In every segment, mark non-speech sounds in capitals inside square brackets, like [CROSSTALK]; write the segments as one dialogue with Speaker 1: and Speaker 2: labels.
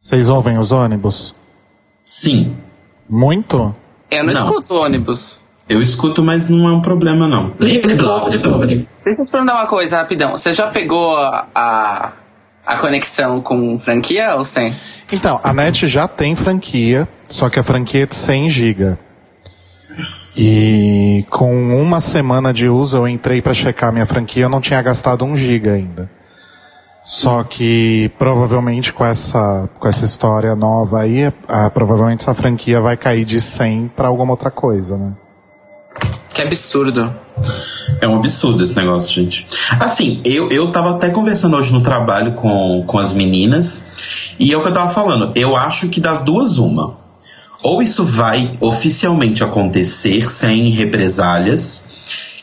Speaker 1: Vocês ouvem os ônibus?
Speaker 2: Sim,
Speaker 1: Muito?
Speaker 3: Eu não,
Speaker 2: Não.
Speaker 3: escuto ônibus.
Speaker 2: eu escuto, mas não é um problema, não.
Speaker 3: Deixa eu te perguntar uma coisa rapidão. Você já pegou a, a, a conexão com franquia ou sem?
Speaker 1: Então, a NET já tem franquia, só que a franquia é de 100 GB. E com uma semana de uso, eu entrei para checar minha franquia, eu não tinha gastado 1 GB ainda. Só que provavelmente com essa, com essa história nova aí, ah, provavelmente essa franquia vai cair de 100 para alguma outra coisa, né?
Speaker 3: Que absurdo.
Speaker 2: É um absurdo esse negócio, gente. Assim, eu, eu tava até conversando hoje no trabalho com, com as meninas, e é o que eu tava falando. Eu acho que das duas, uma. Ou isso vai oficialmente acontecer sem represálias,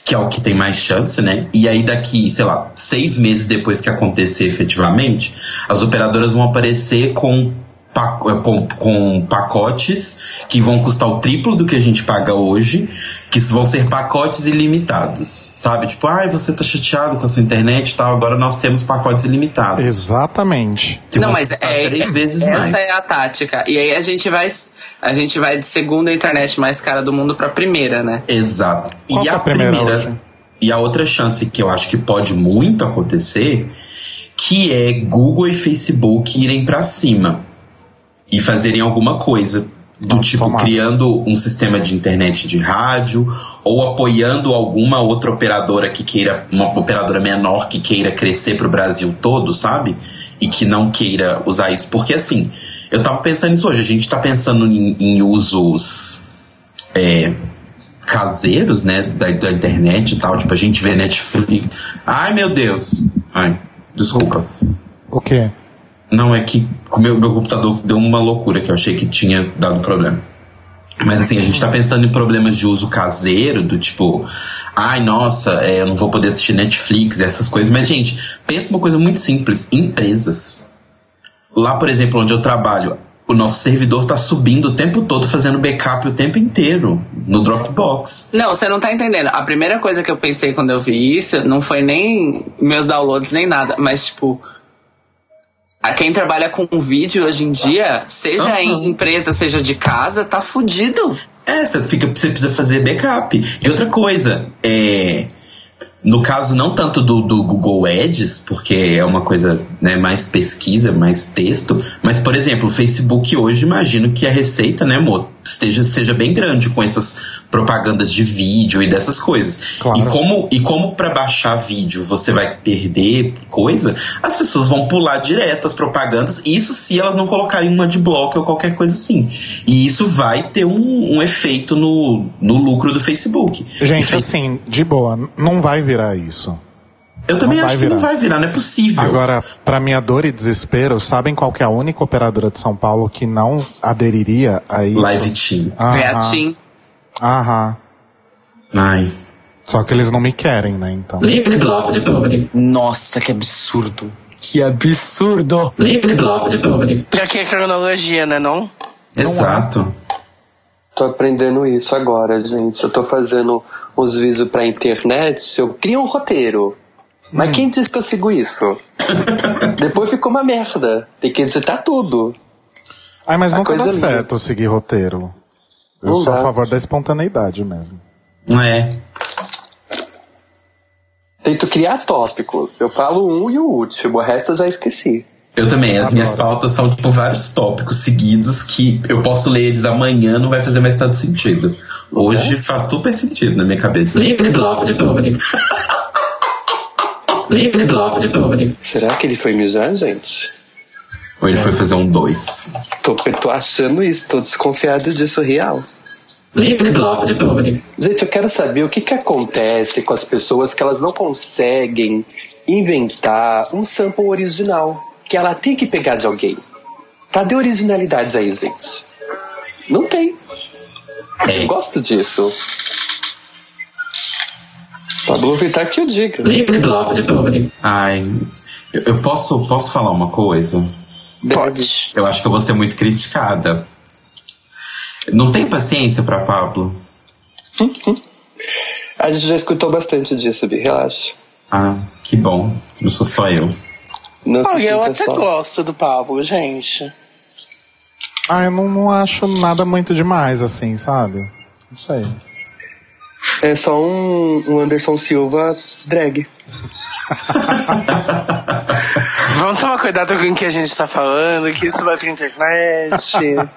Speaker 2: que é o que tem mais chance, né? E aí, daqui, sei lá, seis meses depois que acontecer efetivamente, as operadoras vão aparecer com. pa- Com, com pacotes que vão custar o triplo do que a gente paga hoje, que vão ser pacotes ilimitados, sabe? Tipo, ai, você tá chateado com a sua internet e tal, agora nós temos pacotes ilimitados.
Speaker 1: Exatamente.
Speaker 2: Que
Speaker 3: não,
Speaker 2: vão
Speaker 3: mas
Speaker 2: custar
Speaker 3: é,
Speaker 2: três
Speaker 3: é-
Speaker 2: vezes
Speaker 3: essa
Speaker 2: mais.
Speaker 3: é a tática. E aí a gente vai a gente vai de segunda internet mais cara do mundo pra primeira, né?
Speaker 2: Exato.
Speaker 1: Qual que é a primeira hoje?
Speaker 2: e a outra chance que eu acho que pode muito acontecer, que é Google e Facebook irem pra cima e fazerem alguma coisa do
Speaker 1: Nossa,
Speaker 2: tipo
Speaker 1: tomara.
Speaker 2: criando um sistema de internet de rádio ou apoiando alguma outra operadora que queira uma operadora menor que queira crescer pro Brasil todo, sabe? E que não queira usar isso, porque assim, eu tava pensando nisso hoje, a gente tá pensando em, em usos é, caseiros, né, da, da internet e tal, tipo, a gente vê Netflix. Ai, meu Deus. Ai, desculpa.
Speaker 1: O quê?
Speaker 2: Não, é que o meu, meu computador deu uma loucura que eu achei que tinha dado problema. Mas assim, a gente tá pensando em problemas de uso caseiro, do tipo, ai, nossa, é, eu não vou poder assistir Netflix, essas coisas. Mas, gente, pensa uma coisa muito simples: empresas. Lá, por exemplo, onde eu trabalho, o nosso servidor tá subindo o tempo todo, fazendo backup o tempo inteiro no Dropbox.
Speaker 3: Não, você não tá entendendo. A primeira coisa que eu pensei quando eu vi isso não foi nem meus downloads nem nada, mas tipo. A quem trabalha com vídeo hoje em dia, seja em empresa, seja de casa, tá fudido.
Speaker 2: É, você, fica, você precisa fazer backup. E outra coisa, é. No caso, não tanto do, do Google Ads, porque é uma coisa né, mais pesquisa, mais texto, mas, por exemplo, o Facebook hoje, imagino que a receita, né, amor, esteja, seja bem grande com essas propagandas de vídeo e dessas coisas.
Speaker 1: Claro.
Speaker 2: E como, e como para baixar vídeo você vai perder coisa, as pessoas vão pular direto as propagandas, isso se elas não colocarem uma de bloco ou qualquer coisa assim. E isso vai ter um, um efeito no, no lucro do Facebook. E
Speaker 1: Gente,
Speaker 2: Face-
Speaker 1: assim, de boa, não vai virar isso.
Speaker 2: Eu também
Speaker 1: não
Speaker 2: acho
Speaker 1: vai
Speaker 2: que não
Speaker 1: virar.
Speaker 2: vai virar, não é possível.
Speaker 1: Agora, pra minha dor e desespero, sabem qual que é a única operadora de São Paulo que não aderiria a isso?
Speaker 2: Live Team.
Speaker 1: Aham,
Speaker 3: É a Tim.
Speaker 1: Aham.
Speaker 2: Ai.
Speaker 1: Só que eles não me querem, né? Então.
Speaker 3: Nossa, que absurdo. Que absurdo.
Speaker 4: Pra que cronologia, né, não?
Speaker 1: é.
Speaker 2: Exato.
Speaker 5: Tô aprendendo isso agora, gente. Eu tô fazendo os vídeos pra internet, eu crio um roteiro. Mas quem diz que eu sigo isso? Depois ficou uma merda. Tem que editar tudo.
Speaker 1: Ai, mas
Speaker 5: A
Speaker 1: nunca dá
Speaker 5: coisa é minha.
Speaker 1: certo seguir roteiro. Eu
Speaker 5: Não
Speaker 1: sou a
Speaker 5: dá.
Speaker 1: favor da espontaneidade mesmo.
Speaker 2: É.
Speaker 5: Tento criar tópicos. Eu falo um e o último, o resto eu já esqueci.
Speaker 2: Eu também, as
Speaker 1: Adoro.
Speaker 2: minhas pautas são tipo vários tópicos seguidos que eu posso ler eles amanhã, não vai fazer mais tanto sentido.
Speaker 4: É?
Speaker 2: Hoje faz super sentido na minha cabeça.
Speaker 5: Será que ele foi mijar, gente?
Speaker 2: Ou ele foi fazer um dois.
Speaker 5: Tô, tô achando isso, tô desconfiado disso real. Gente, eu quero saber o que, que acontece com as pessoas que elas não conseguem inventar um sample original, que ela tem que pegar de alguém. Cadê originalidades aí, gente? Não tem.
Speaker 2: É.
Speaker 5: Eu gosto disso. Pablo Vittar que eu né? diga.
Speaker 2: Ai. Eu, eu posso, posso falar uma coisa?
Speaker 5: Pode.
Speaker 2: Eu acho que eu vou ser muito criticada. Não tem paciência pra Pablo?
Speaker 5: A gente já escutou bastante disso, Bi, relaxa.
Speaker 2: Ah, que bom. Não sou só eu.
Speaker 5: Não se
Speaker 4: Olha, eu
Speaker 5: sinta
Speaker 4: até
Speaker 5: só.
Speaker 4: gosto do Pablo, gente.
Speaker 1: Ah, eu não, não acho nada muito demais, assim, sabe? Não sei.
Speaker 5: É só um, um Anderson Silva drag.
Speaker 4: [LAUGHS] Vamos tomar cuidado com o que a gente tá falando, que isso vai pra internet.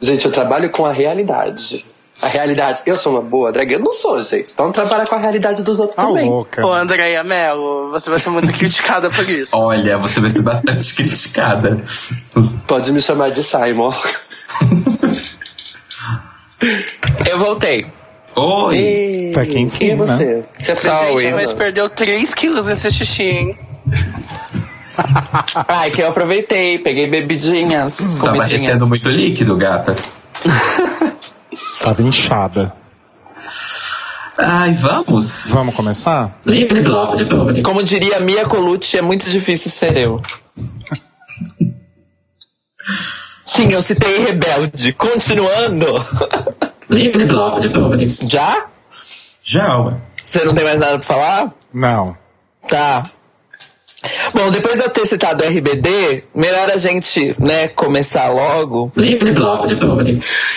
Speaker 5: Gente, eu trabalho com a realidade. A realidade, eu sou uma boa drag? Eu não sou, gente. Então trabalha com a realidade dos outros
Speaker 1: Tá
Speaker 5: também.
Speaker 1: louca.
Speaker 4: Ô, Andréia Mello, você vai ser muito criticada por
Speaker 2: [LAUGHS]
Speaker 4: isso.
Speaker 2: Olha, você vai ser bastante [LAUGHS] criticada.
Speaker 5: Pode me chamar de Simon.
Speaker 6: Eu voltei.
Speaker 2: Oi!
Speaker 1: Tá aqui em
Speaker 5: E
Speaker 1: fim, né?
Speaker 5: você? Você é
Speaker 4: Gente,
Speaker 5: Saul,
Speaker 4: mas
Speaker 5: né?
Speaker 4: perdeu 3 quilos nesse xixi, hein?
Speaker 6: Ai, que eu aproveitei, peguei bebidinhas,
Speaker 2: Tava
Speaker 6: comidinhas.
Speaker 2: retendo muito líquido, gata.
Speaker 1: Tava inchada.
Speaker 2: Ai, vamos?
Speaker 1: Vamos começar?
Speaker 2: Libre, blá, blá, blá, blá.
Speaker 6: Como diria Mia Colucci, é muito difícil ser eu. [LAUGHS] Sim, eu citei Rebelde. Continuando.
Speaker 2: Libre, blá, blá, blá, blá.
Speaker 6: [LAUGHS] Já?
Speaker 2: Já, ué.
Speaker 6: Você não tem mais nada pra falar?
Speaker 1: Não.
Speaker 6: Tá. Bom, depois de eu ter citado RBD, melhor a gente, né, começar logo.
Speaker 2: Libre, blá, blá, blá, blá.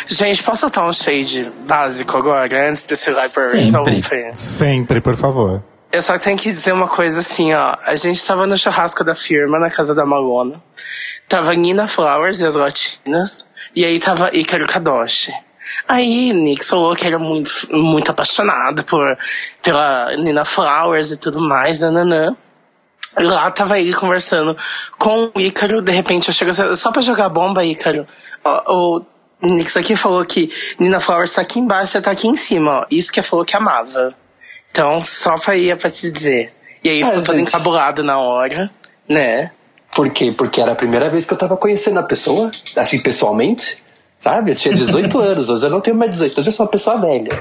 Speaker 4: Gente, posso soltar um shade básico agora, antes desse library
Speaker 2: Sempre.
Speaker 4: sofrer?
Speaker 1: Sempre, por favor.
Speaker 4: Eu só tenho que dizer uma coisa assim, ó. A gente tava no churrasco da firma, na casa da Malona. Tava Nina Flowers e as latinas. E aí tava Ícaro Kadoshi. Aí Nick falou que era muito, muito apaixonado por, pela Nina Flowers e tudo mais, nananã. E Lá tava ele conversando com o Ícaro, de repente eu chego assim, só pra jogar bomba, Ícaro. Ó, o Nix aqui falou que Nina Flowers tá aqui embaixo, você tá aqui em cima, ó. Isso que falou que amava. Então, só pra ir é pra te dizer. E aí
Speaker 5: É,
Speaker 4: ficou todo
Speaker 5: gente.
Speaker 4: encabulado na hora, né?
Speaker 5: Por quê? Porque era a primeira vez que eu tava conhecendo a pessoa, assim, pessoalmente. Sabe? Eu tinha 18 anos, hoje eu não tenho mais 18, hoje eu sou uma pessoa velha.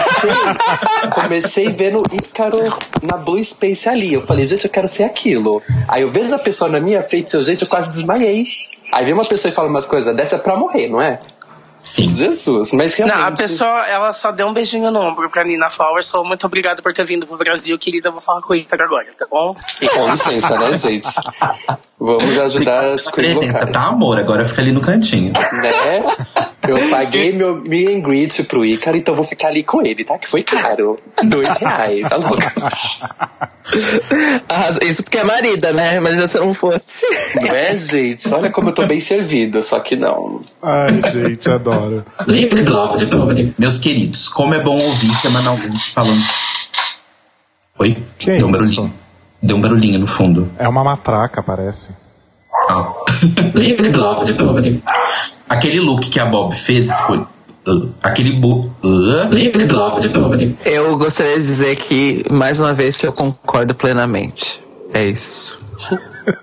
Speaker 5: Comecei, comecei vendo Ícaro na Blue Space ali. Eu falei, gente, eu quero ser aquilo. Aí eu vejo a pessoa na minha frente, eu, gente, eu quase desmaiei. Aí vem uma pessoa e fala umas coisas dessa é pra morrer, não é?
Speaker 2: Sim.
Speaker 5: Jesus, mas realmente.
Speaker 4: Não, a pessoa, ela só deu um beijinho no ombro pra Nina Flowers, falou muito obrigado por ter vindo pro Brasil, querida, eu vou falar com o Ícaro agora, tá bom?
Speaker 5: Com licença, né, gente? Vamos ajudar as coisas
Speaker 2: Presença,
Speaker 5: locais.
Speaker 2: tá, amor? Agora fica ali no cantinho.
Speaker 5: né? Eu paguei meu meet and greet pro Ícaro, então vou ficar ali com ele, tá? Que foi caro. Dois reais, tá louca?
Speaker 6: Arrasa- Isso porque é marida, né? Imagina se eu não fosse. [LAUGHS]
Speaker 5: Não [LAUGHS] é, gente? Olha como eu tô bem servido, só que não.
Speaker 1: Ai, gente, adoro.
Speaker 2: Libre, blá, blá, blá, blá. Meus queridos, como é bom ouvir semanalmente falando. Oi?
Speaker 1: Que
Speaker 2: Deu um
Speaker 1: isso?
Speaker 2: barulhinho. Deu um barulhinho no fundo.
Speaker 1: É uma matraca, parece.
Speaker 2: Ah. [LAUGHS] Libre, blá, blá, blá, blá. Aquele look que a Bob fez foi. ah, aquele bu. ah, libre, blá, blá, blá, blá.
Speaker 6: Eu gostaria de dizer que, mais uma vez, que eu concordo plenamente. É isso.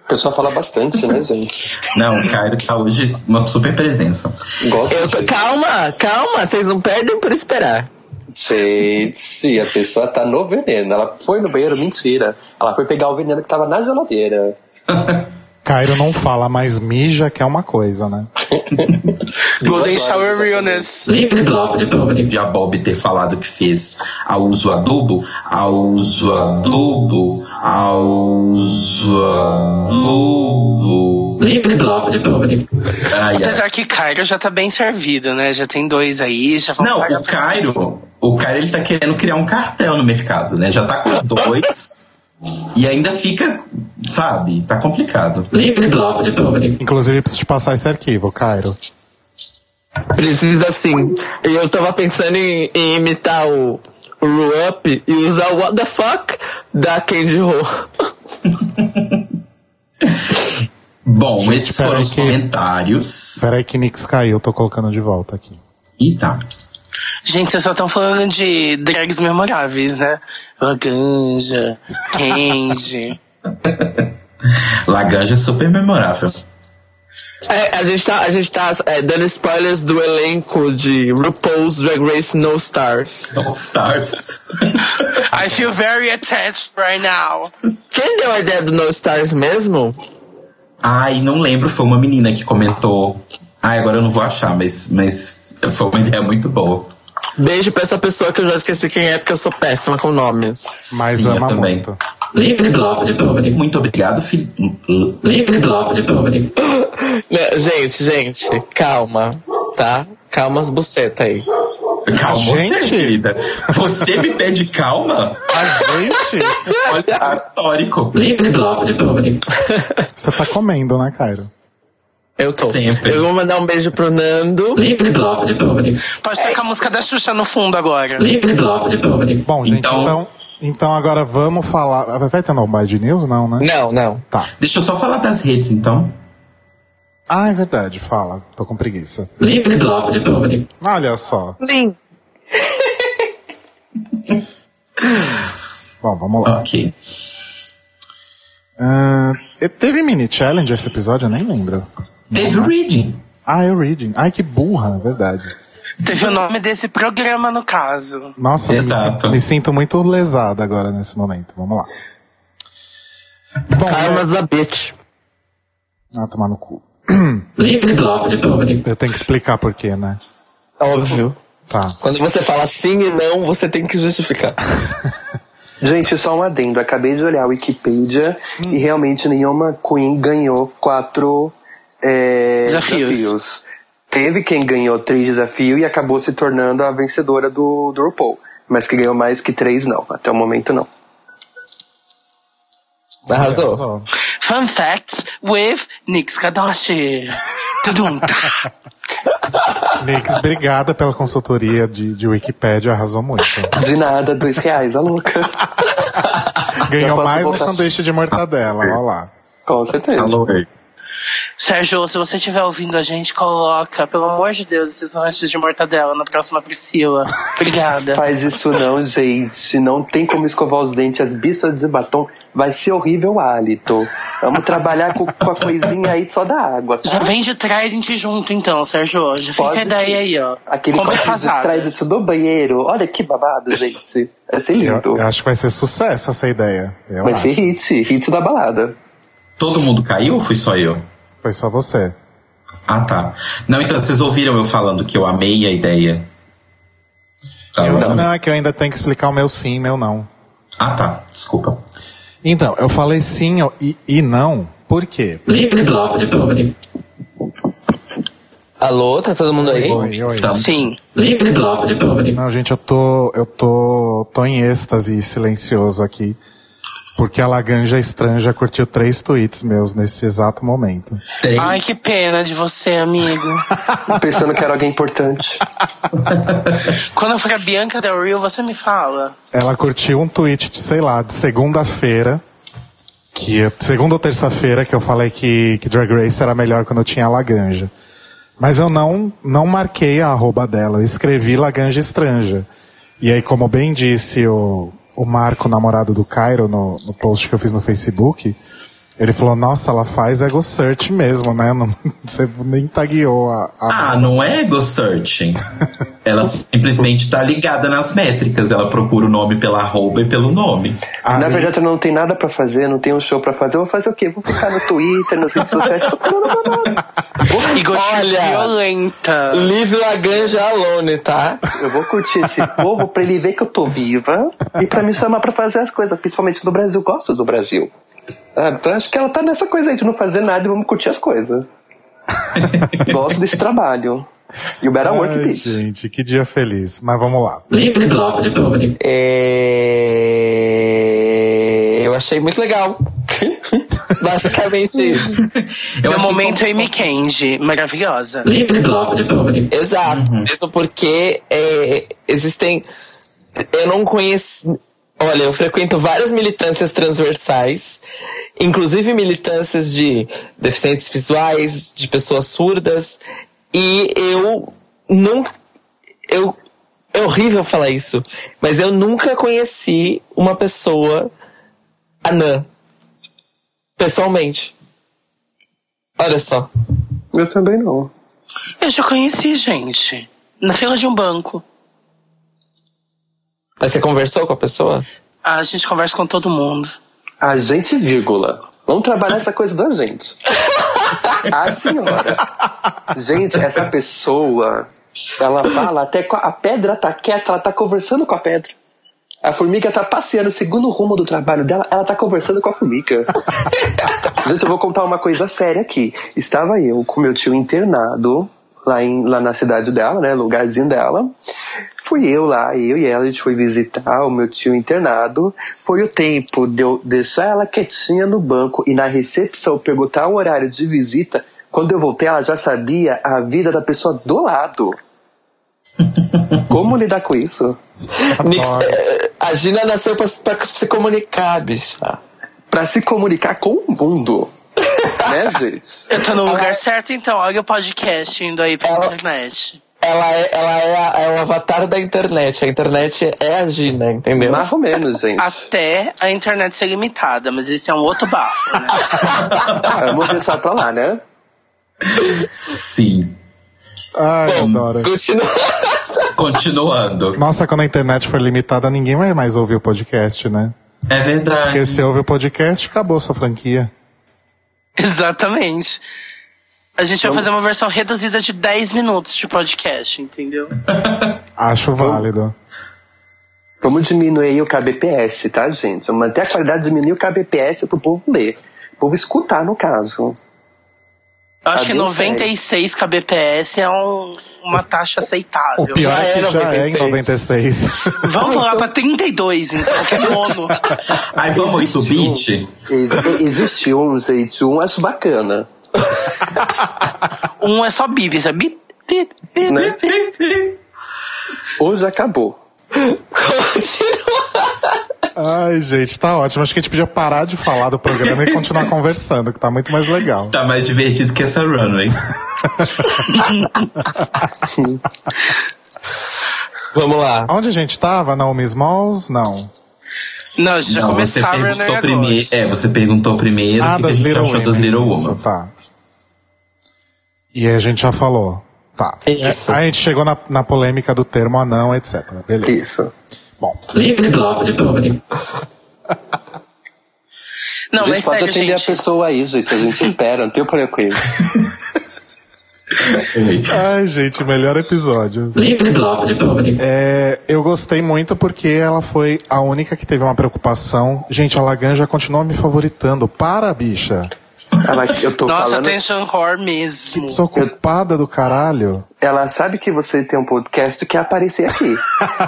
Speaker 5: O pessoal fala bastante, né, gente?
Speaker 2: Não, o Cairo tá hoje uma super presença. [LAUGHS]
Speaker 5: Gosto
Speaker 6: Eu tô-
Speaker 5: de...
Speaker 6: calma, calma, vocês não perdem por esperar.
Speaker 5: Gente, a pessoa tá no veneno. Ela foi no banheiro, mentira. Ela foi pegar o veneno que tava na geladeira.
Speaker 1: Cairo não fala, mas mija que é uma coisa, né?
Speaker 4: Golden
Speaker 5: Duas horas,
Speaker 4: Shower
Speaker 5: exatamente.
Speaker 4: Realness.
Speaker 2: Libre, blá, blá, blá, blá. De a Bob ter falado que fez ao uso adubo, ao uso adubo, ao uso adubo. Libre, blá, blá, blá, blá. Ai, ai.
Speaker 4: Apesar que Cairo já tá bem servido, né? Já tem dois aí, já vão
Speaker 2: Não,
Speaker 4: pagar
Speaker 2: o Cairo, o Cairo ele tá querendo criar um cartel no mercado, né? Já tá com dois e ainda fica, sabe? Tá complicado. Libre, blá, blá, blá, blá.
Speaker 1: Inclusive, preciso te passar esse arquivo, Cairo.
Speaker 6: Precisa sim. E eu tava pensando em, em imitar o, o Ru Up e usar o What the Fuck da Candy Ho. [LAUGHS]
Speaker 2: Bom, esses
Speaker 1: peraí
Speaker 2: foram os
Speaker 1: que-
Speaker 2: comentários.
Speaker 1: Peraí que Nix caiu, tô colocando de volta aqui.
Speaker 2: E tá.
Speaker 4: Gente, vocês só estão falando de drags memoráveis, né? Laganja, Candy.
Speaker 2: Laganja é super memorável.
Speaker 6: É, a gente tá, a gente tá é, dando spoilers do elenco de RuPaul's Drag Race No Stars.
Speaker 1: Então, [LAUGHS]
Speaker 2: All Stars.
Speaker 4: I feel very attached right now.
Speaker 6: Quem deu a ideia do No Stars mesmo?
Speaker 2: Ai, não lembro, foi uma menina que comentou. Ai, agora eu não vou achar, mas, mas foi uma ideia muito boa.
Speaker 6: Beijo pra essa pessoa que eu já esqueci quem é, porque eu sou péssima com nomes.
Speaker 1: Mas
Speaker 2: Sim, eu
Speaker 1: ama
Speaker 2: também.
Speaker 1: muito.
Speaker 2: Muito obrigado, filho.
Speaker 6: Não, gente, gente, calma, tá? Calma as bucetas aí.
Speaker 2: Calma, você,
Speaker 1: Gente.
Speaker 2: querida. Você me pede calma?
Speaker 1: A gente,
Speaker 2: Olha o histórico.
Speaker 1: você tá comendo, né, Cairo?
Speaker 6: Eu tô.
Speaker 2: Sempre.
Speaker 6: Eu vou mandar um beijo pro Nando.
Speaker 4: Pode
Speaker 2: É
Speaker 4: tocar a música da Xuxa no fundo agora.
Speaker 1: Bom, gente,
Speaker 2: Então-
Speaker 1: então, então, agora vamos falar. Vai ter no Bad News, não, né?
Speaker 6: Não, não.
Speaker 1: Tá.
Speaker 2: Deixa eu só falar das redes, então.
Speaker 1: Ah, é verdade, fala. Tô com preguiça. Olha só.
Speaker 6: Sim.
Speaker 1: [LAUGHS] Bom, vamos lá.
Speaker 2: Ok.
Speaker 1: Ah, teve mini challenge esse episódio? Eu nem lembro.
Speaker 2: Teve o reading.
Speaker 1: Ah, é o Reading. Ai, que burra, é verdade.
Speaker 4: Teve o nome desse programa, no caso.
Speaker 1: Nossa, eu me,
Speaker 2: Exato.
Speaker 1: sinto, me sinto muito lesada agora nesse momento. Vamos lá. Bom,
Speaker 6: Calma, a bitch.
Speaker 1: Ah, tomar no cu. Eu tenho que explicar por quê, né?
Speaker 6: Óbvio.
Speaker 1: Tá.
Speaker 6: Quando você fala sim e não, você tem que justificar.
Speaker 5: Gente, só um adendo. Acabei de olhar a Wikipedia e realmente nenhuma Queen ganhou quatro é,
Speaker 4: Desafios.
Speaker 5: desafios. Teve quem ganhou três desafios e acabou se tornando a vencedora do, do RuPaul. Mas que ganhou mais que três, não. Até o momento, não.
Speaker 6: Arrasou.
Speaker 1: Arrasou.
Speaker 4: Fun Facts with Nix Kadoshi. Tudum, tá.
Speaker 1: Nix, obrigada pela consultoria de, de Wikipédia, arrasou muito.
Speaker 5: De nada, dois reais, a louca. Já
Speaker 1: Ganhou
Speaker 5: posso
Speaker 1: mais um
Speaker 5: voltar.
Speaker 1: sanduíche de mortadela, olha lá.
Speaker 5: Com certeza.
Speaker 2: Alô.
Speaker 4: Sérgio, se você estiver ouvindo a gente, coloca, pelo amor de Deus, esses lanches de mortadela na próxima Priscila. Obrigada.
Speaker 5: Faz isso não, gente. Não tem como escovar os dentes, as bichas de batom. Vai ser horrível o hálito. Vamos trabalhar com, com a coisinha aí só da água, tá?
Speaker 4: Já vem de trident junto, então, Sérgio. Já fica
Speaker 5: Pode Tá
Speaker 4: a ideia
Speaker 5: sim.
Speaker 4: aí, ó.
Speaker 5: Aquele
Speaker 4: Compra
Speaker 5: copo de
Speaker 4: casada.
Speaker 5: traz isso do banheiro. Olha que
Speaker 4: [LAUGHS]
Speaker 5: babado, gente. Vai ser
Speaker 1: Eu,
Speaker 5: lindo.
Speaker 1: eu acho que vai ser sucesso essa ideia. Eu
Speaker 5: Vai
Speaker 1: acho.
Speaker 5: ser hit, hit da balada.
Speaker 2: Todo mundo caiu ou fui só eu?
Speaker 1: Foi só você.
Speaker 2: Ah, tá. Não, então vocês ouviram eu falando que eu amei a ideia. Tá
Speaker 1: Eu-
Speaker 2: bom?
Speaker 1: não, é que eu ainda tenho que explicar o meu sim, meu não.
Speaker 2: Ah, tá. Desculpa.
Speaker 1: Então, eu falei sim eu- e, e não, por quê?
Speaker 6: Alô, tá todo mundo aí?
Speaker 1: Oi, oi.
Speaker 4: Sim.
Speaker 1: Não, gente, eu tô, eu tô, tô em êxtase silencioso aqui. Porque a Laganja Estranja curtiu três tweets meus nesse exato momento.
Speaker 2: Três.
Speaker 4: Ai, que pena de você, amigo.
Speaker 5: Pensando que era
Speaker 1: [LAUGHS]
Speaker 5: alguém importante.
Speaker 4: Quando eu for a Bianca Del Rio, você me fala.
Speaker 1: Ela curtiu um tweet de, sei lá, de segunda-feira. Que eu- segunda ou terça-feira que eu falei que, que Drag Race era melhor quando eu tinha a Laganja. Mas eu não, não marquei a arroba dela, eu escrevi Laganja Estranja. E aí, como bem disse o, o Marco, namorado do Cairo, no, no post que eu fiz no Facebook, ele falou, nossa, ela faz ego search mesmo, né? Não- [LAUGHS] você nem tagueou a, a-
Speaker 2: Ah, não é ego searching. Ela simplesmente tá ligada nas métricas. Ela procura o nome pela arroba e pelo nome.
Speaker 4: Ah,
Speaker 1: a-
Speaker 5: Na verdade, eu não tenho nada pra fazer, não tenho um show pra fazer. Eu Vou fazer o quê? Vou ficar no Twitter, nas redes sociais, procurando babado.
Speaker 4: E gotinha
Speaker 6: Olha.
Speaker 4: violenta.
Speaker 6: Live Laganja Alone, tá?
Speaker 5: Eu vou curtir esse povo pra ele ver que eu tô viva e pra me chamar pra fazer as coisas, principalmente do Brasil. Gosto do Brasil. Ah, então acho que ela tá nessa coisa aí de não fazer nada e vamos curtir
Speaker 1: [LAUGHS]
Speaker 5: as coisas. Gosto desse trabalho. E o Better um Work,
Speaker 1: Ai,
Speaker 5: bitch.
Speaker 1: gente, que dia feliz. Mas vamos lá.
Speaker 6: É, Eu achei muito legal. [LAUGHS] Basicamente isso.
Speaker 4: Meu
Speaker 2: achei
Speaker 4: momento é Amy Candy, maravilhosa.
Speaker 6: Exato. Mesmo porque é, existem. Eu não conheço. Olha, eu frequento várias militâncias transversais, inclusive militâncias de deficientes visuais, de pessoas surdas, e eu nunca. Eu, é horrível falar isso, mas eu nunca conheci uma pessoa anã. Pessoalmente. Olha só.
Speaker 5: Eu também não.
Speaker 4: Eu já conheci, gente. Na fila de um banco.
Speaker 6: Mas você conversou com a pessoa?
Speaker 4: A gente conversa com todo mundo.
Speaker 5: A gente, vírgula. Vamos trabalhar essa coisa da gente. A senhora. Gente, essa pessoa, ela fala até com a, a pedra tá quieta, ela tá conversando com a pedra. A formiga tá passeando, segundo o rumo do trabalho dela, ela tá conversando com a formiga. Gente, eu vou contar uma coisa séria aqui. Estava eu com meu tio internado lá, em, lá na cidade dela, né? Lugarzinho dela. Fui eu lá, eu e ela, a gente foi visitar o meu tio internado. Foi o tempo de eu deixar ela quietinha no banco e na recepção perguntar o horário de visita. Quando eu voltei, ela já sabia a vida da pessoa do lado. Como lidar com isso?
Speaker 6: Nix, eh, a Gina nasceu pra, pra se comunicar, bicha.
Speaker 5: Pra se comunicar com o mundo. né, gente?
Speaker 4: Eu tô no lugar certo, então. Olha o podcast indo aí pra internet.
Speaker 6: Ela é, ela é, a- é o avatar da internet. A internet é a Gina, entendeu?
Speaker 5: Mais ou menos, gente.
Speaker 4: Até a internet ser limitada, mas esse é um outro
Speaker 5: [LAUGHS]
Speaker 4: bafo, né?
Speaker 5: Vamos deixar pra lá, né?
Speaker 2: Sim.
Speaker 1: Ai, eu adoro.
Speaker 6: Continua. [LAUGHS]
Speaker 2: Continuando.
Speaker 1: Nossa, quando a internet for limitada, ninguém vai mais ouvir o podcast, né?
Speaker 2: É
Speaker 1: Porque
Speaker 2: verdade.
Speaker 1: se ouve o podcast, acabou sua franquia.
Speaker 4: Exatamente. A gente vai fazer uma versão reduzida de 10 minutos de podcast, entendeu?
Speaker 1: Acho válido.
Speaker 5: Vamos diminuir o KBPS, tá, gente? Vamos manter a qualidade, diminuir o KBPS pro povo ler. O povo escutar, no caso.
Speaker 4: Eu
Speaker 5: Tá
Speaker 4: acho que
Speaker 5: bem
Speaker 4: 96 kbps é um- uma taxa
Speaker 1: O
Speaker 4: aceitável.
Speaker 1: pior
Speaker 6: Já
Speaker 1: é que
Speaker 6: era
Speaker 1: já é em
Speaker 6: 96. [LAUGHS]
Speaker 1: 96.
Speaker 4: Vamos pular pra 32, então, que é mono.
Speaker 2: Aí vamos do beat?
Speaker 5: E- e- um- Existe um, gente, um acho bacana.
Speaker 4: Um é só bip, isso é bip, bip, bip,
Speaker 5: Né?
Speaker 4: bip.
Speaker 5: Hoje acabou.
Speaker 6: Continua.
Speaker 1: Ai, gente, tá ótimo. Acho que a gente podia parar de falar do programa e continuar conversando, que tá muito mais legal.
Speaker 2: Tá mais divertido que essa runway. [LAUGHS]
Speaker 6: Vamos lá.
Speaker 1: Onde a gente tava? Naomi Smalls? Não.
Speaker 4: Não, a gente já
Speaker 2: Não, você
Speaker 4: começou né, a
Speaker 2: perguntou
Speaker 4: Runner
Speaker 2: primeiro. É, você perguntou primeiro
Speaker 1: Ah,
Speaker 2: o assim que, que a
Speaker 1: das
Speaker 2: gente
Speaker 1: Little
Speaker 2: achou
Speaker 1: Women.
Speaker 2: das Little
Speaker 1: Isso,
Speaker 2: Woman.
Speaker 1: tá. E aí a gente já falou. Tá.
Speaker 6: Isso.
Speaker 1: É, Aí a gente chegou na, na polêmica do termo anão, etc. Beleza.
Speaker 5: Isso.
Speaker 1: Bom,
Speaker 2: Libre, blá, blá, blá, blá.
Speaker 4: Não,
Speaker 5: a gente
Speaker 4: mas
Speaker 5: pode
Speaker 4: segue,
Speaker 5: atender
Speaker 4: gente.
Speaker 5: a pessoa aí, gente. A gente espera, não tem problema com isso.
Speaker 1: ai, gente, melhor episódio.
Speaker 2: Libre, blá, blá, blá, blá.
Speaker 1: É, eu gostei muito porque ela foi a única que teve uma preocupação. Gente, a Laganja continua me favoritando. Para, bicha.
Speaker 5: Ela, Ah, eu tô
Speaker 4: Nossa,
Speaker 5: falando.
Speaker 4: Attention Horror mesmo.
Speaker 1: Sou culpada do caralho.
Speaker 5: Ela sabe que você tem um podcast que aparecer aqui.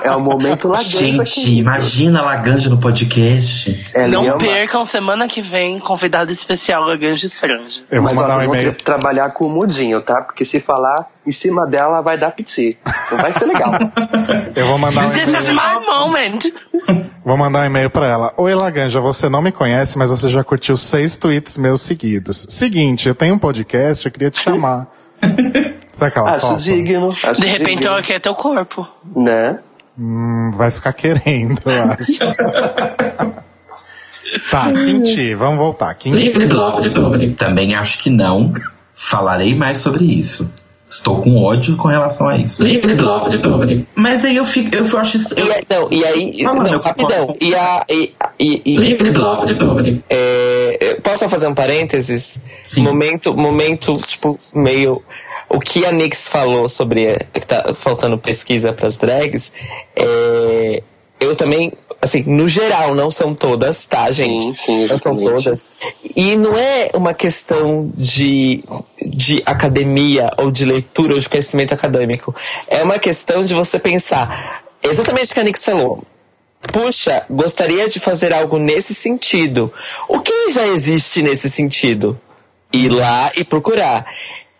Speaker 5: É
Speaker 2: [LAUGHS]
Speaker 5: o momento lagueiro
Speaker 2: Gente,
Speaker 5: aqui.
Speaker 2: imagina a Laganja no podcast.
Speaker 5: Ela
Speaker 4: Não
Speaker 5: ia amar.
Speaker 4: percam, semana que vem, convidado especial Lagrange Estrange.
Speaker 1: Eu vou
Speaker 5: Mas
Speaker 1: mandar
Speaker 5: ela
Speaker 1: um
Speaker 5: vai
Speaker 1: e-mail.
Speaker 5: trabalhar com o mudinho, tá? Porque se falar em cima dela, ela vai dar piti. Não vai ser
Speaker 1: [LAUGHS]
Speaker 5: legal.
Speaker 1: Eu vou mandar um
Speaker 4: This is
Speaker 1: e-mail.
Speaker 4: my moment!
Speaker 1: Vou mandar um e-mail pra ela. Oi, Laganja, você não me conhece, mas você já curtiu seis tweets meus seguidos. Seguinte, eu tenho um podcast, eu queria te chamar. Será que ela
Speaker 5: acho
Speaker 1: topa?
Speaker 5: digno. Acho
Speaker 4: De repente,
Speaker 5: digno.
Speaker 4: ela quer teu corpo.
Speaker 5: Né?
Speaker 1: Hum, vai ficar querendo, eu acho. tá, Quinti, vamos voltar. Quinti.
Speaker 2: Libre, blá, blá, blá, blá. Também acho que não. Falarei mais sobre isso. Estou com ódio com relação a isso. Libre, blá, blá, blá, blá. Mas aí eu fico. Eu, eu acho isso.
Speaker 6: E,
Speaker 2: Eu,
Speaker 6: aí- não, e aí.
Speaker 2: Fala,
Speaker 6: não,
Speaker 2: meu,
Speaker 6: rapidão.
Speaker 2: fala.
Speaker 6: E a. E, e, e-
Speaker 2: Libre, blá, blá, blá, blá.
Speaker 6: É, eu posso só fazer um parênteses?
Speaker 2: Sim.
Speaker 6: Momento, momento, tipo, meio. O que a Nix falou sobre é, que tá faltando pesquisa pras drags, é, eu também, assim, no geral, não são todas, tá, gente?
Speaker 5: sim,
Speaker 6: não são
Speaker 5: exatamente.
Speaker 6: todas. E não é uma questão de, de academia, ou de leitura, ou de conhecimento acadêmico. É uma questão de você pensar exatamente o que a Nix falou puxa, gostaria de fazer algo nesse sentido. O que já existe nesse sentido? Ir lá e procurar.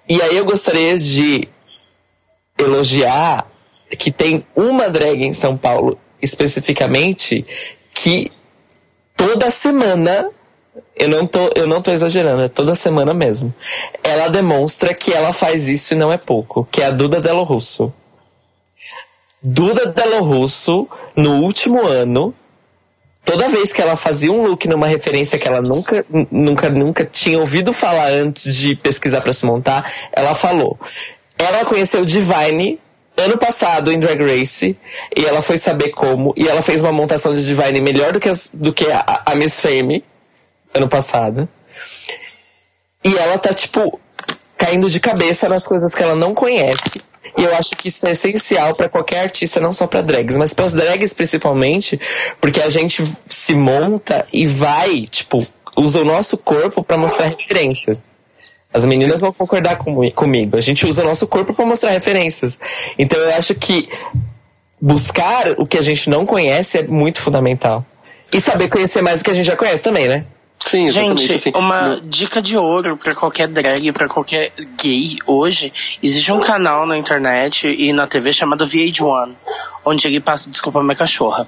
Speaker 6: E aí eu gostaria de elogiar que tem uma drag em São Paulo especificamente que toda semana eu não tô eu não tô exagerando, é toda semana mesmo. Ela demonstra que ela faz isso e não é pouco, que é a Duda Delo Russo. Duda Delo Russo, no último ano, toda vez que ela fazia um look numa referência que ela nunca, n- nunca, nunca tinha ouvido falar antes de pesquisar pra se montar, ela falou. Ela conheceu Divine ano passado em Drag Race e ela foi saber como e ela fez uma montação de Divine melhor do que, as- do que a- a, a Miss Fame ano passado. E ela tá, tipo, caindo de cabeça nas coisas que ela não conhece. E eu acho que isso é essencial para qualquer artista, não só para drags, mas para as drags principalmente, porque a gente se monta e vai, tipo, usa o nosso corpo para mostrar referências. As meninas vão concordar comi- comigo. A gente usa o nosso corpo para mostrar referências. Então eu acho que buscar o que a gente não conhece é muito fundamental. E saber conhecer mais o que a gente já conhece também, né?
Speaker 5: Sim, exatamente.
Speaker 4: Gente,
Speaker 5: assim,
Speaker 4: uma
Speaker 5: no-
Speaker 4: dica de ouro pra qualquer drag, pra qualquer gay hoje, existe um canal na internet e na TV chamado VH1, onde ele passa, desculpa minha cachorra,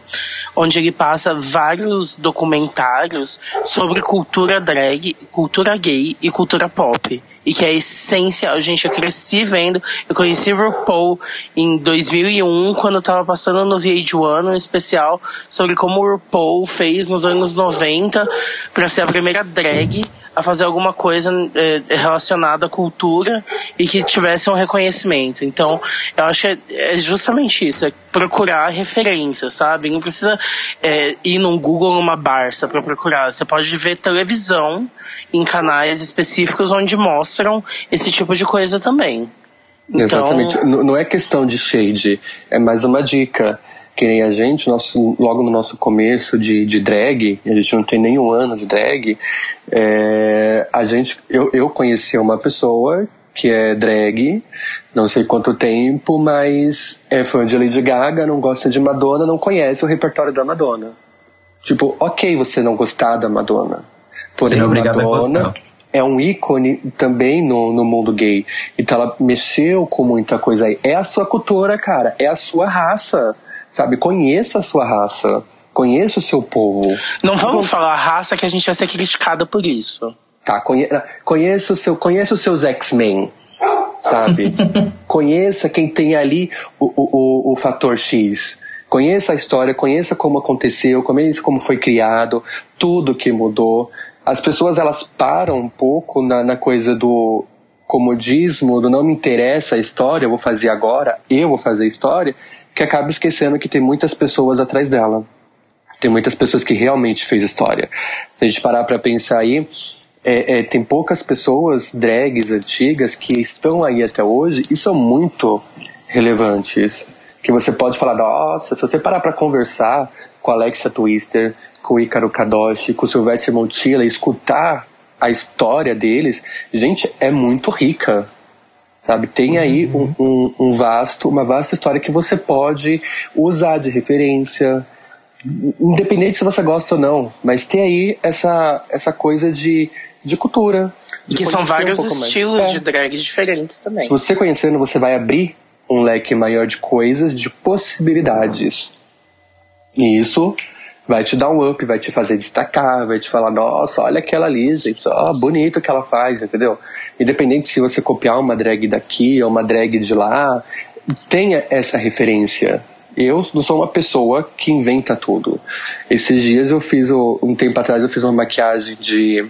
Speaker 4: onde ele passa vários documentários sobre cultura drag, cultura gay e cultura pop. E que é essencial, gente, eu cresci vendo, eu conheci RuPaul em 2001, quando eu tava passando no VH1, um especial sobre como o RuPaul fez nos anos 90 para ser a primeira drag a fazer alguma coisa eh, relacionada à cultura e que tivesse um reconhecimento. Então, eu acho que é é justamente isso, é procurar referência, sabe? Não precisa eh, ir num Google ou numa Barça para procurar. Você pode ver televisão em canais específicos onde mostram esse tipo de coisa também. Então,
Speaker 5: Exatamente. N- Não é questão de shade, é mais uma dica. Que nem a gente, nosso, logo no nosso começo de, de drag, a gente não tem nenhum ano de drag, é, a gente, eu, eu conheci uma pessoa que é drag, não sei quanto tempo, mas é fã de Lady Gaga, não gosta de Madonna, não conhece o repertório da Madonna. Tipo, ok você não gostar da Madonna. Porém,
Speaker 2: Você não é obrigado a
Speaker 5: Madonna
Speaker 2: gostar.
Speaker 5: é um ícone também no, no mundo gay. Então ela mexeu com muita coisa aí. É a sua cultura, cara. É a sua raça. Sabe? Conheça a sua raça. Conheça o seu povo.
Speaker 4: não vamos falar raça que a gente vai ser criticado por isso.
Speaker 5: Tá? Conhe- Conheça o seu, conheça os seus X-Men. Sabe? conheça quem tem ali o, o, o, o fator X. Conheça a história, conheça como aconteceu, conheça como foi criado, tudo que mudou. As pessoas elas param um pouco na, na coisa do comodismo, do não me interessa a história, eu vou fazer agora, eu vou fazer a história, que acaba esquecendo que tem muitas pessoas atrás dela. Tem muitas pessoas que realmente fez história. Se a gente parar para pensar aí, é, é, tem poucas pessoas drags antigas que estão aí até hoje e são muito relevantes. Que você pode falar, nossa, se você parar para conversar com a Alexia Twister, com o Ícaro Kadoshi, com o Silvestre Montilla e escutar a história deles, gente, é muito rica sabe? Tem aí um, um- um vasto, uma vasta história que você pode usar de referência, independente se você gosta ou não, mas tem aí essa, essa coisa de, de cultura. de
Speaker 4: Que são
Speaker 5: conhecer um
Speaker 4: vários
Speaker 5: pouco mais.
Speaker 4: estilos
Speaker 5: É.
Speaker 4: de drag diferentes também.
Speaker 5: Se você conhecendo, você vai abrir um leque maior de coisas, de possibilidades. E isso vai te dar um up, vai te fazer destacar, vai te falar, nossa, olha aquela ali, gente, ó, bonito que ela faz, entendeu? Independente se você copiar uma drag daqui ou uma drag de lá, tenha essa referência. Eu não sou uma pessoa que inventa tudo. Esses dias eu fiz, o- um tempo atrás, eu fiz uma maquiagem de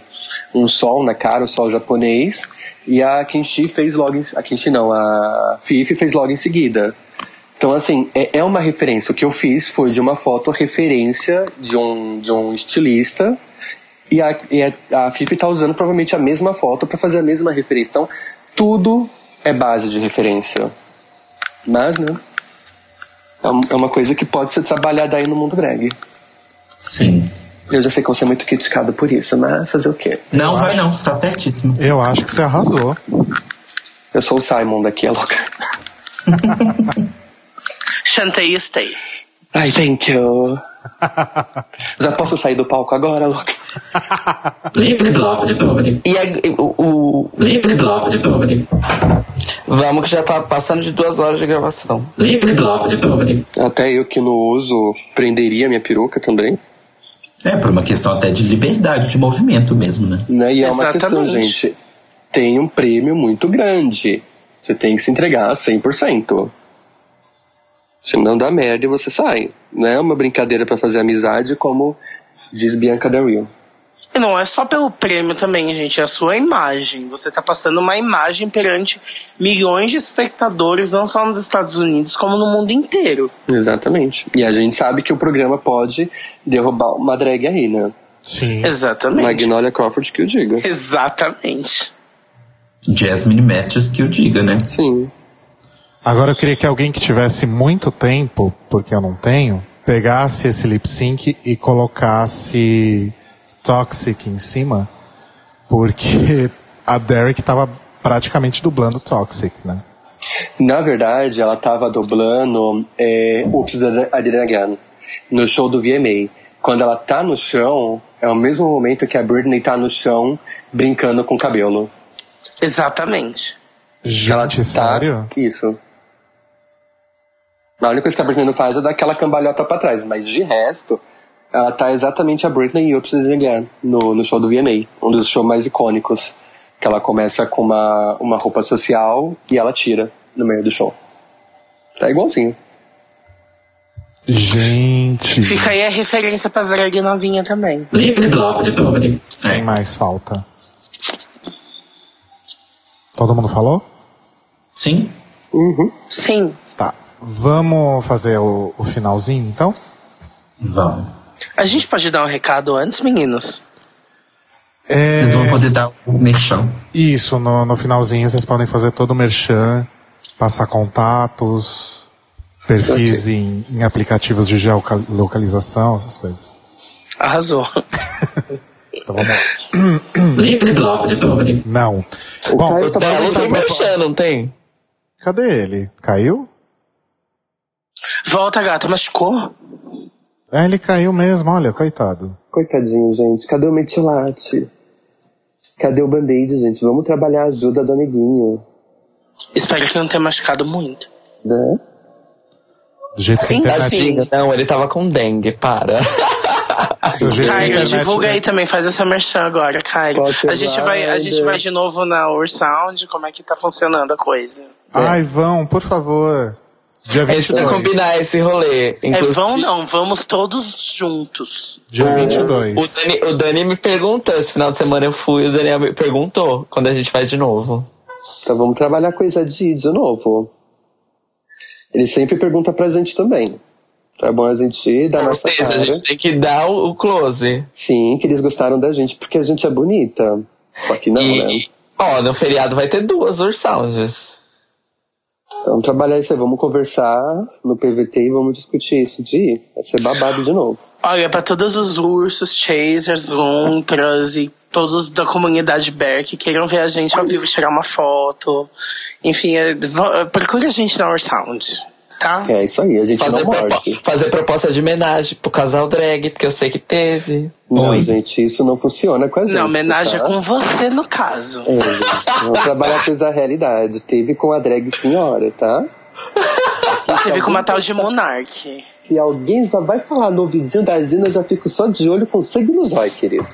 Speaker 5: um sol na cara, o sol japonês, e a Kinshi fez logo em, a Kinshi não, a Fifi fez logo em seguida. Então, assim, é, é uma referência. O que eu fiz foi de uma foto referência de um, de um estilista, e a, e a, a Fifi tá usando provavelmente a mesma foto para fazer a mesma referência. Então, tudo é base de referência. Mas, né? É um- é uma coisa que pode ser trabalhada aí no mundo drag.
Speaker 2: Sim.
Speaker 5: Eu já sei que você é muito criticado por isso, mas fazer o quê?
Speaker 2: Não, vai não, você tá certíssimo.
Speaker 1: Eu acho que você arrasou.
Speaker 5: Eu sou o Simon daqui, é louca.
Speaker 4: Chantei e Stay.
Speaker 5: Ai, thank you. [LAUGHS] Já posso sair do palco agora, louca?
Speaker 6: E a- e o, o- Vamos que já tá passando de duas horas de gravação.
Speaker 5: Até eu que não uso, prenderia minha peruca também.
Speaker 2: É, por uma questão até de liberdade de movimento mesmo, né?
Speaker 5: Né? E é uma questão,
Speaker 4: Exatamente.
Speaker 5: gente. Tem um prêmio muito grande. Você tem que se entregar 100%. Se não dá merda, e você sai. Não é uma brincadeira pra fazer amizade, como diz Bianca Del Rio.
Speaker 4: E não é só pelo prêmio também, gente, é a sua imagem. Você tá passando uma imagem perante milhões de espectadores, não só nos Estados Unidos, como no mundo inteiro.
Speaker 5: Exatamente. E a gente sabe que o programa pode derrubar uma drag aí, né?
Speaker 1: Sim.
Speaker 4: Exatamente.
Speaker 5: Magnolia Crawford que eu diga.
Speaker 4: Exatamente.
Speaker 2: Jasmine Masters que eu diga, né?
Speaker 5: Sim.
Speaker 1: Agora eu queria que alguém que tivesse muito tempo, porque eu não tenho, pegasse esse lip sync e colocasse Toxic em cima, porque a Derek tava praticamente dublando Toxic, né?
Speaker 5: Na verdade, ela estava dublando é, Ups da Adriana Gann no show do VMA. Quando ela tá no chão, é o mesmo momento que a Britney tá no chão brincando com o cabelo.
Speaker 4: Exatamente.
Speaker 1: Gente,
Speaker 5: ela tá,
Speaker 1: sério?
Speaker 5: Isso. A única coisa que a Britney não faz é dar aquela cambalhota pra trás, mas de resto, ela tá exatamente a Britney e Ups da Adriana Gann no, no show do VMA, um dos shows mais icônicos que ela começa com uma, uma roupa social e ela tira no meio do show. Tá igualzinho.
Speaker 1: Gente,
Speaker 4: Fica aí a referência pra drag novinha também.
Speaker 2: Livre blog, blog.
Speaker 1: sem mais falta. Todo mundo falou?
Speaker 2: Sim.
Speaker 5: Uhum.
Speaker 4: Sim.
Speaker 1: Tá. Vamos fazer o, o finalzinho, então?
Speaker 2: Vamos.
Speaker 4: A gente pode dar um recado antes, meninos?
Speaker 1: É,
Speaker 2: Vocês vão poder dar o merchan.
Speaker 1: isso, no, no finalzinho vocês podem fazer todo o merchan, passar contatos, perfis em, em aplicativos de geolocalização, essas coisas.
Speaker 4: Arrasou.
Speaker 1: Então vamos lá. Hum.
Speaker 2: Livre blog, blog.
Speaker 1: Não. Bom,
Speaker 5: Caio tá
Speaker 6: Dela
Speaker 5: falando
Speaker 6: tem merchan, não tem?
Speaker 1: cadê ele? Caiu?
Speaker 4: Volta, gato, machucou?
Speaker 1: Ah, ele caiu mesmo, olha, coitado.
Speaker 5: Coitadinho, gente. Cadê o metilate? Cadê o band-aid, gente? Vamos trabalhar a ajuda do amiguinho.
Speaker 4: Espero que não tenha machucado muito.
Speaker 5: Né?
Speaker 1: Do jeito que a internet,
Speaker 5: Assim,
Speaker 4: Enfim.
Speaker 6: Tadinho, Não, ele tava com dengue, [LAUGHS] para.
Speaker 1: do jeito que a
Speaker 4: Caio,
Speaker 1: internet- né?
Speaker 4: divulga aí também, faz essa merchan agora, Caio.
Speaker 5: Pode
Speaker 4: A gente,
Speaker 5: lá,
Speaker 4: vai, a gente
Speaker 5: Eder.
Speaker 4: vai de novo na Ursound, como é que tá funcionando a coisa.
Speaker 1: Ai, vão, por favor. Dia
Speaker 6: A gente precisa
Speaker 1: 22.
Speaker 6: combinar esse rolê.
Speaker 4: É
Speaker 6: Inclusive,
Speaker 4: vão não, vamos todos juntos.
Speaker 1: Dia
Speaker 6: O
Speaker 1: 22.
Speaker 6: Dani, o Dani me perguntou, esse final de semana eu fui, o Daniel me perguntou quando a gente vai de novo.
Speaker 5: Então vamos trabalhar coisa de de novo. Ele sempre pergunta pra gente também. Então é bom a gente dar
Speaker 6: Ou
Speaker 5: nossa
Speaker 6: seja,
Speaker 5: cara.
Speaker 6: a gente tem que dar o, o close.
Speaker 5: Sim, que eles gostaram da gente, porque a gente é bonita. Só que não, né?
Speaker 6: e, ó, no feriado vai ter duas Ursounds.
Speaker 5: Então vamos trabalhar isso aí, vamos conversar no PVT e vamos discutir isso de ir. Vai ser babado de novo.
Speaker 4: Olha, pra todos os ursos, chasers, untras e todos da comunidade Bear que queiram ver a gente ao vivo, tirar uma foto. Enfim, é, vo- procure a gente na Ursound, tá?
Speaker 5: É isso aí, a gente
Speaker 6: Fazer,
Speaker 5: não
Speaker 6: propo-
Speaker 5: morde.
Speaker 6: fazer proposta de homenagem pro casal drag, porque eu sei que teve.
Speaker 5: Não,
Speaker 2: Oi.
Speaker 5: gente, isso não funciona com a gente.
Speaker 4: Na homenagem
Speaker 5: tá?
Speaker 4: é com você, no caso.
Speaker 5: É, gente, vamos trabalhar coisa da realidade. Teve com a drag senhora, tá? É,
Speaker 4: Teve com uma tal de Monark.
Speaker 5: Se alguém já vai falar no ouvidinho da Gina, eu já fico só de olho com sangue no zóio, querido.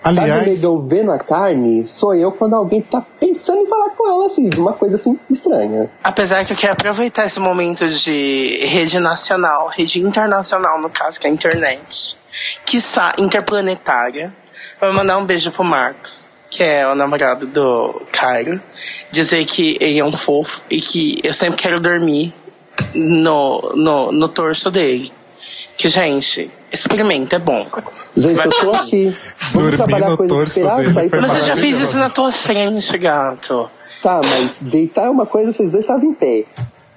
Speaker 5: Sabe o
Speaker 1: Aliás,
Speaker 5: negão vendo a carne? Sou eu quando alguém tá pensando em falar com ela, assim, de uma coisa assim estranha.
Speaker 4: Apesar que eu quero aproveitar esse momento de rede nacional, rede internacional, no caso, que é a internet, que interplanetária, para mandar um beijo pro Marcos, que é o namorado do Cairo, dizer que ele é um fofo e que eu sempre quero dormir no, no, no torso dele. Que, gente, experimenta, é bom.
Speaker 5: Gente, eu tô aqui. Vamos
Speaker 1: Dormir no
Speaker 5: trabalhar coisa de
Speaker 1: torso dele
Speaker 5: esperança aí.
Speaker 1: foi
Speaker 4: Mas eu já fiz
Speaker 1: maravilhoso.
Speaker 4: isso na tua frente, gato.
Speaker 5: Tá, mas deitar é uma coisa, vocês dois estavam em pé.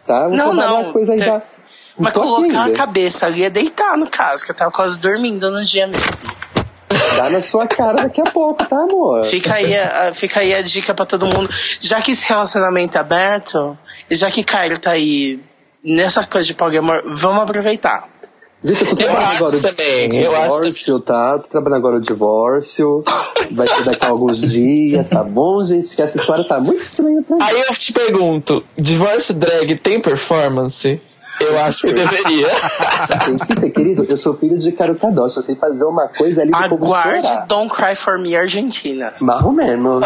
Speaker 5: Tá? Vamos
Speaker 4: Não,
Speaker 5: trabalhar
Speaker 4: não,
Speaker 5: coisa aí
Speaker 4: tem-
Speaker 5: da.
Speaker 4: Mas
Speaker 5: Tô aqui
Speaker 4: colocar a
Speaker 5: ainda.
Speaker 4: cabeça ali é deitar, no caso, que eu tava quase dormindo no dia mesmo.
Speaker 5: Dá na sua cara daqui a pouco, tá, amor?
Speaker 4: Fica aí, a, a- fica aí a dica pra todo mundo. Já que esse relacionamento é aberto, e já que Cairo tá aí nessa coisa de poliamor, vamos aproveitar.
Speaker 5: Gente, eu tô
Speaker 6: Eu
Speaker 5: trabalhando
Speaker 6: acho
Speaker 5: agora
Speaker 6: também,
Speaker 5: o
Speaker 6: eu acho
Speaker 5: divórcio, tá? Tô trabalhando agora o divórcio. Vai ser daqui a alguns dias, tá bom, gente? Que essa história tá muito estranha pra mim.
Speaker 6: Aí eu te pergunto, divórcio drag tem performance? Eu acho que [LAUGHS] deveria.
Speaker 5: Tem que ter, querido. Eu sou filho de Caro Cadócio. Eu sei fazer uma coisa ali do povo
Speaker 4: Aguarde
Speaker 5: chorar.
Speaker 4: Don't Cry For Me Argentina.
Speaker 5: Mais
Speaker 6: [LAUGHS]
Speaker 5: ou menos.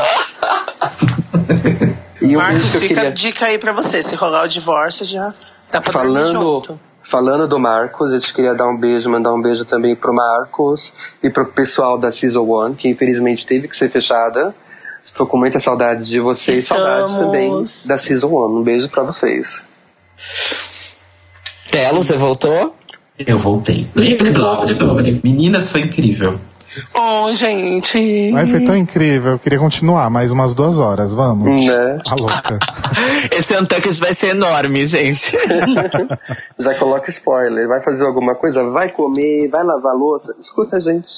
Speaker 5: E o
Speaker 4: Marcos,
Speaker 5: bicho que eu
Speaker 4: fica a
Speaker 5: queria...
Speaker 4: dica aí pra você. Se rolar o divórcio, já dá pra dormir
Speaker 5: Falando,
Speaker 4: junto.
Speaker 5: falando do Marcos, eu te queria dar um beijo, mandar um beijo também pro Marcos e pro pessoal da Season One, que infelizmente teve que ser fechada. Estou com muita saudade de vocês, saudade
Speaker 4: Estamos.
Speaker 5: também da Season One. Um beijo pra vocês.
Speaker 6: Telo, você voltou?
Speaker 2: Eu voltei. Livre blog, blog. Meninas, foi incrível.
Speaker 4: Oh, gente.
Speaker 1: Ai, foi tão incrível. Eu queria continuar mais umas duas horas. Vamos.
Speaker 5: Né?
Speaker 1: Tá louca.
Speaker 6: Esse Untucked vai ser enorme, gente.
Speaker 5: Já coloca spoiler. Vai fazer alguma coisa? Vai comer, vai lavar a louça. Escuta a gente.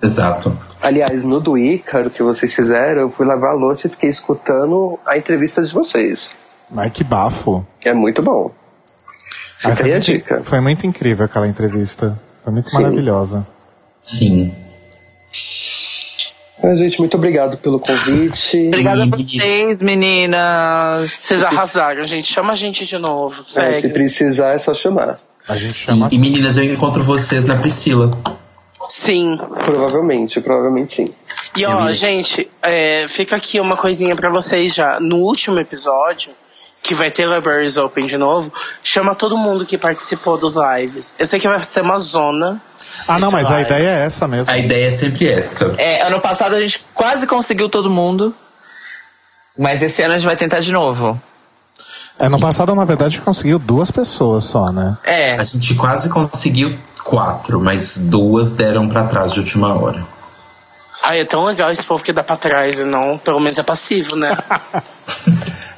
Speaker 2: Exato.
Speaker 5: Aliás, no do Ícaro que vocês fizeram, eu fui lavar a louça e fiquei escutando a entrevista de vocês.
Speaker 1: Ai, que bafo.
Speaker 5: É muito bom.
Speaker 1: Ai,
Speaker 5: Fica aí a
Speaker 1: muito-
Speaker 5: dica.
Speaker 1: Foi muito incrível aquela entrevista. Foi muito
Speaker 5: Sim.
Speaker 1: maravilhosa.
Speaker 2: Sim.
Speaker 5: Ah, gente, muito obrigado pelo convite.
Speaker 6: Obrigada a vocês, meninas.
Speaker 4: Vocês arrasaram, gente. Chama a gente de novo.
Speaker 5: É,
Speaker 4: Sério.
Speaker 5: se precisar, é só chamar.
Speaker 1: A gente
Speaker 2: Sim.
Speaker 1: chama
Speaker 2: E
Speaker 1: assim.
Speaker 2: meninas, eu encontro vocês na Priscila.
Speaker 4: Sim.
Speaker 5: Provavelmente, provavelmente sim.
Speaker 4: E
Speaker 2: Eu
Speaker 4: ó,
Speaker 2: ia.
Speaker 4: gente, é, fica aqui uma coisinha pra vocês já. No último episódio, que vai ter Libraries Open de novo, chama todo mundo que participou dos lives. Eu sei que vai ser uma zona.
Speaker 1: Ah, não,
Speaker 4: Esse
Speaker 1: mas a
Speaker 4: vai.
Speaker 1: ideia é essa mesmo.
Speaker 2: A ideia é sempre essa.
Speaker 6: É, ano passado a gente quase conseguiu todo mundo. Mas esse ano a gente vai tentar de novo.
Speaker 1: É, no passado, na verdade, conseguiu duas pessoas só, né?
Speaker 6: É.
Speaker 2: A gente quase conseguiu quatro, mas duas deram pra trás de última hora.
Speaker 4: Ai, é tão legal esse povo que dá pra trás, e não, pelo menos é
Speaker 1: [LAUGHS]
Speaker 4: passivo, né?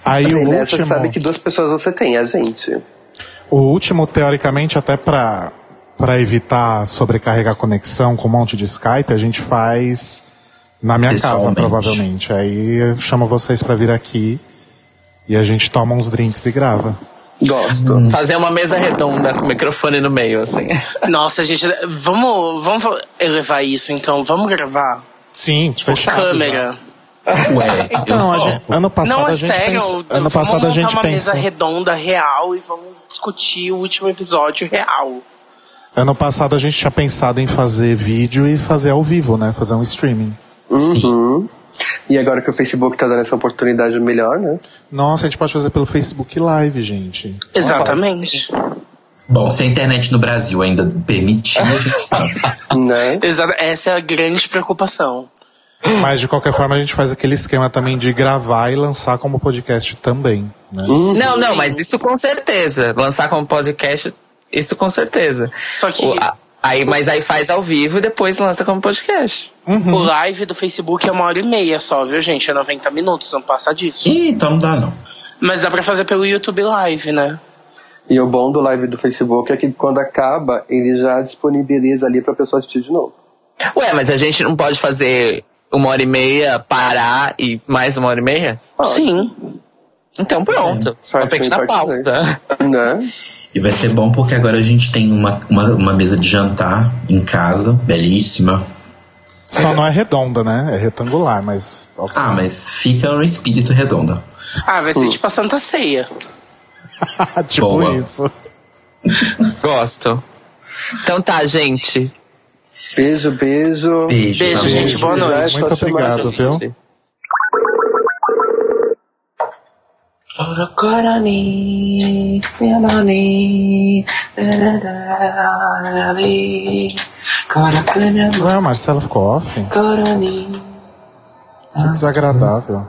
Speaker 1: Aí um
Speaker 5: Também
Speaker 1: o
Speaker 5: nessa,
Speaker 1: último,
Speaker 5: sabe que duas pessoas você tem, a gente.
Speaker 1: o último, teoricamente, até pra, pra evitar sobrecarregar a conexão com um monte de Skype, a gente faz na minha casa,
Speaker 2: Pessoalmente.
Speaker 1: provavelmente. Aí eu chamo vocês pra vir aqui e a gente toma uns drinks e grava.
Speaker 5: Gosto.
Speaker 6: Fazer uma mesa redonda com o microfone no meio, assim.
Speaker 4: Nossa, gente, vamos, vamos elevar isso, então. Vamos gravar.
Speaker 1: Sim, fechado. já.
Speaker 4: Câmera.
Speaker 2: [LAUGHS] Ué,
Speaker 1: Então, a
Speaker 2: eu
Speaker 1: gente, ano passado
Speaker 4: não,
Speaker 1: a
Speaker 4: é
Speaker 1: gente
Speaker 4: sério.
Speaker 1: pensou- ano
Speaker 4: vamos
Speaker 1: passado
Speaker 4: montar
Speaker 1: a gente
Speaker 4: uma mesa
Speaker 1: pensou,
Speaker 4: redonda real e vamos discutir o último episódio real.
Speaker 1: ano passado a gente tinha pensado em fazer vídeo e fazer ao vivo, né? Fazer um streaming.
Speaker 5: Uhum. E agora que o Facebook tá dando essa oportunidade melhor, né?
Speaker 1: Nossa, a gente pode fazer pelo Facebook Live, gente.
Speaker 4: Exatamente.
Speaker 2: Bom, se a internet no Brasil ainda permitir, a gente faz. [LAUGHS]
Speaker 5: Né?
Speaker 4: Exa- Essa é a grande preocupação.
Speaker 1: Mas de qualquer forma a gente faz aquele esquema também de gravar e lançar como podcast também, né?
Speaker 6: Não, não, mas isso com certeza. Lançar como podcast, isso com certeza.
Speaker 4: Só que-
Speaker 6: O- a- aí, mas aí faz ao vivo e depois lança como podcast.
Speaker 4: O live do Facebook é uma hora e meia só, viu, gente? É 90 minutos, não passa disso.
Speaker 2: Ih, então não dá, não.
Speaker 4: Mas dá pra fazer pelo YouTube Live, né?
Speaker 5: E o bom do live do Facebook é que quando acaba, ele já disponibiliza ali pra pessoa assistir de novo.
Speaker 6: Ué, mas a gente não pode fazer uma hora e meia, parar e mais uma hora e meia?
Speaker 4: Sim.
Speaker 6: Então pronto. Uma
Speaker 5: Parte um,
Speaker 6: pequena
Speaker 5: parte dois.
Speaker 6: pausa. [LAUGHS]
Speaker 5: Né?
Speaker 2: E vai ser bom porque agora a gente tem uma, uma, uma mesa de jantar em casa, belíssima.
Speaker 1: Só não é redonda, né? É retangular, mas
Speaker 2: Ah, mas fica no espírito redondo.
Speaker 4: Ah, vai
Speaker 6: Hum.
Speaker 4: ser tipo a Santa Ceia.
Speaker 1: [LAUGHS] tipo
Speaker 2: Boa.
Speaker 1: isso.
Speaker 6: Gosto. Então tá, gente.
Speaker 5: Beijo, beijo.
Speaker 2: Beijo,
Speaker 4: Beijo,
Speaker 2: tá bom?
Speaker 4: gente. Boa noite.
Speaker 5: Vai,
Speaker 1: Muito
Speaker 5: pode chamar,
Speaker 1: obrigado, viu? Ué, Marcelo ficou off? Que desagradável.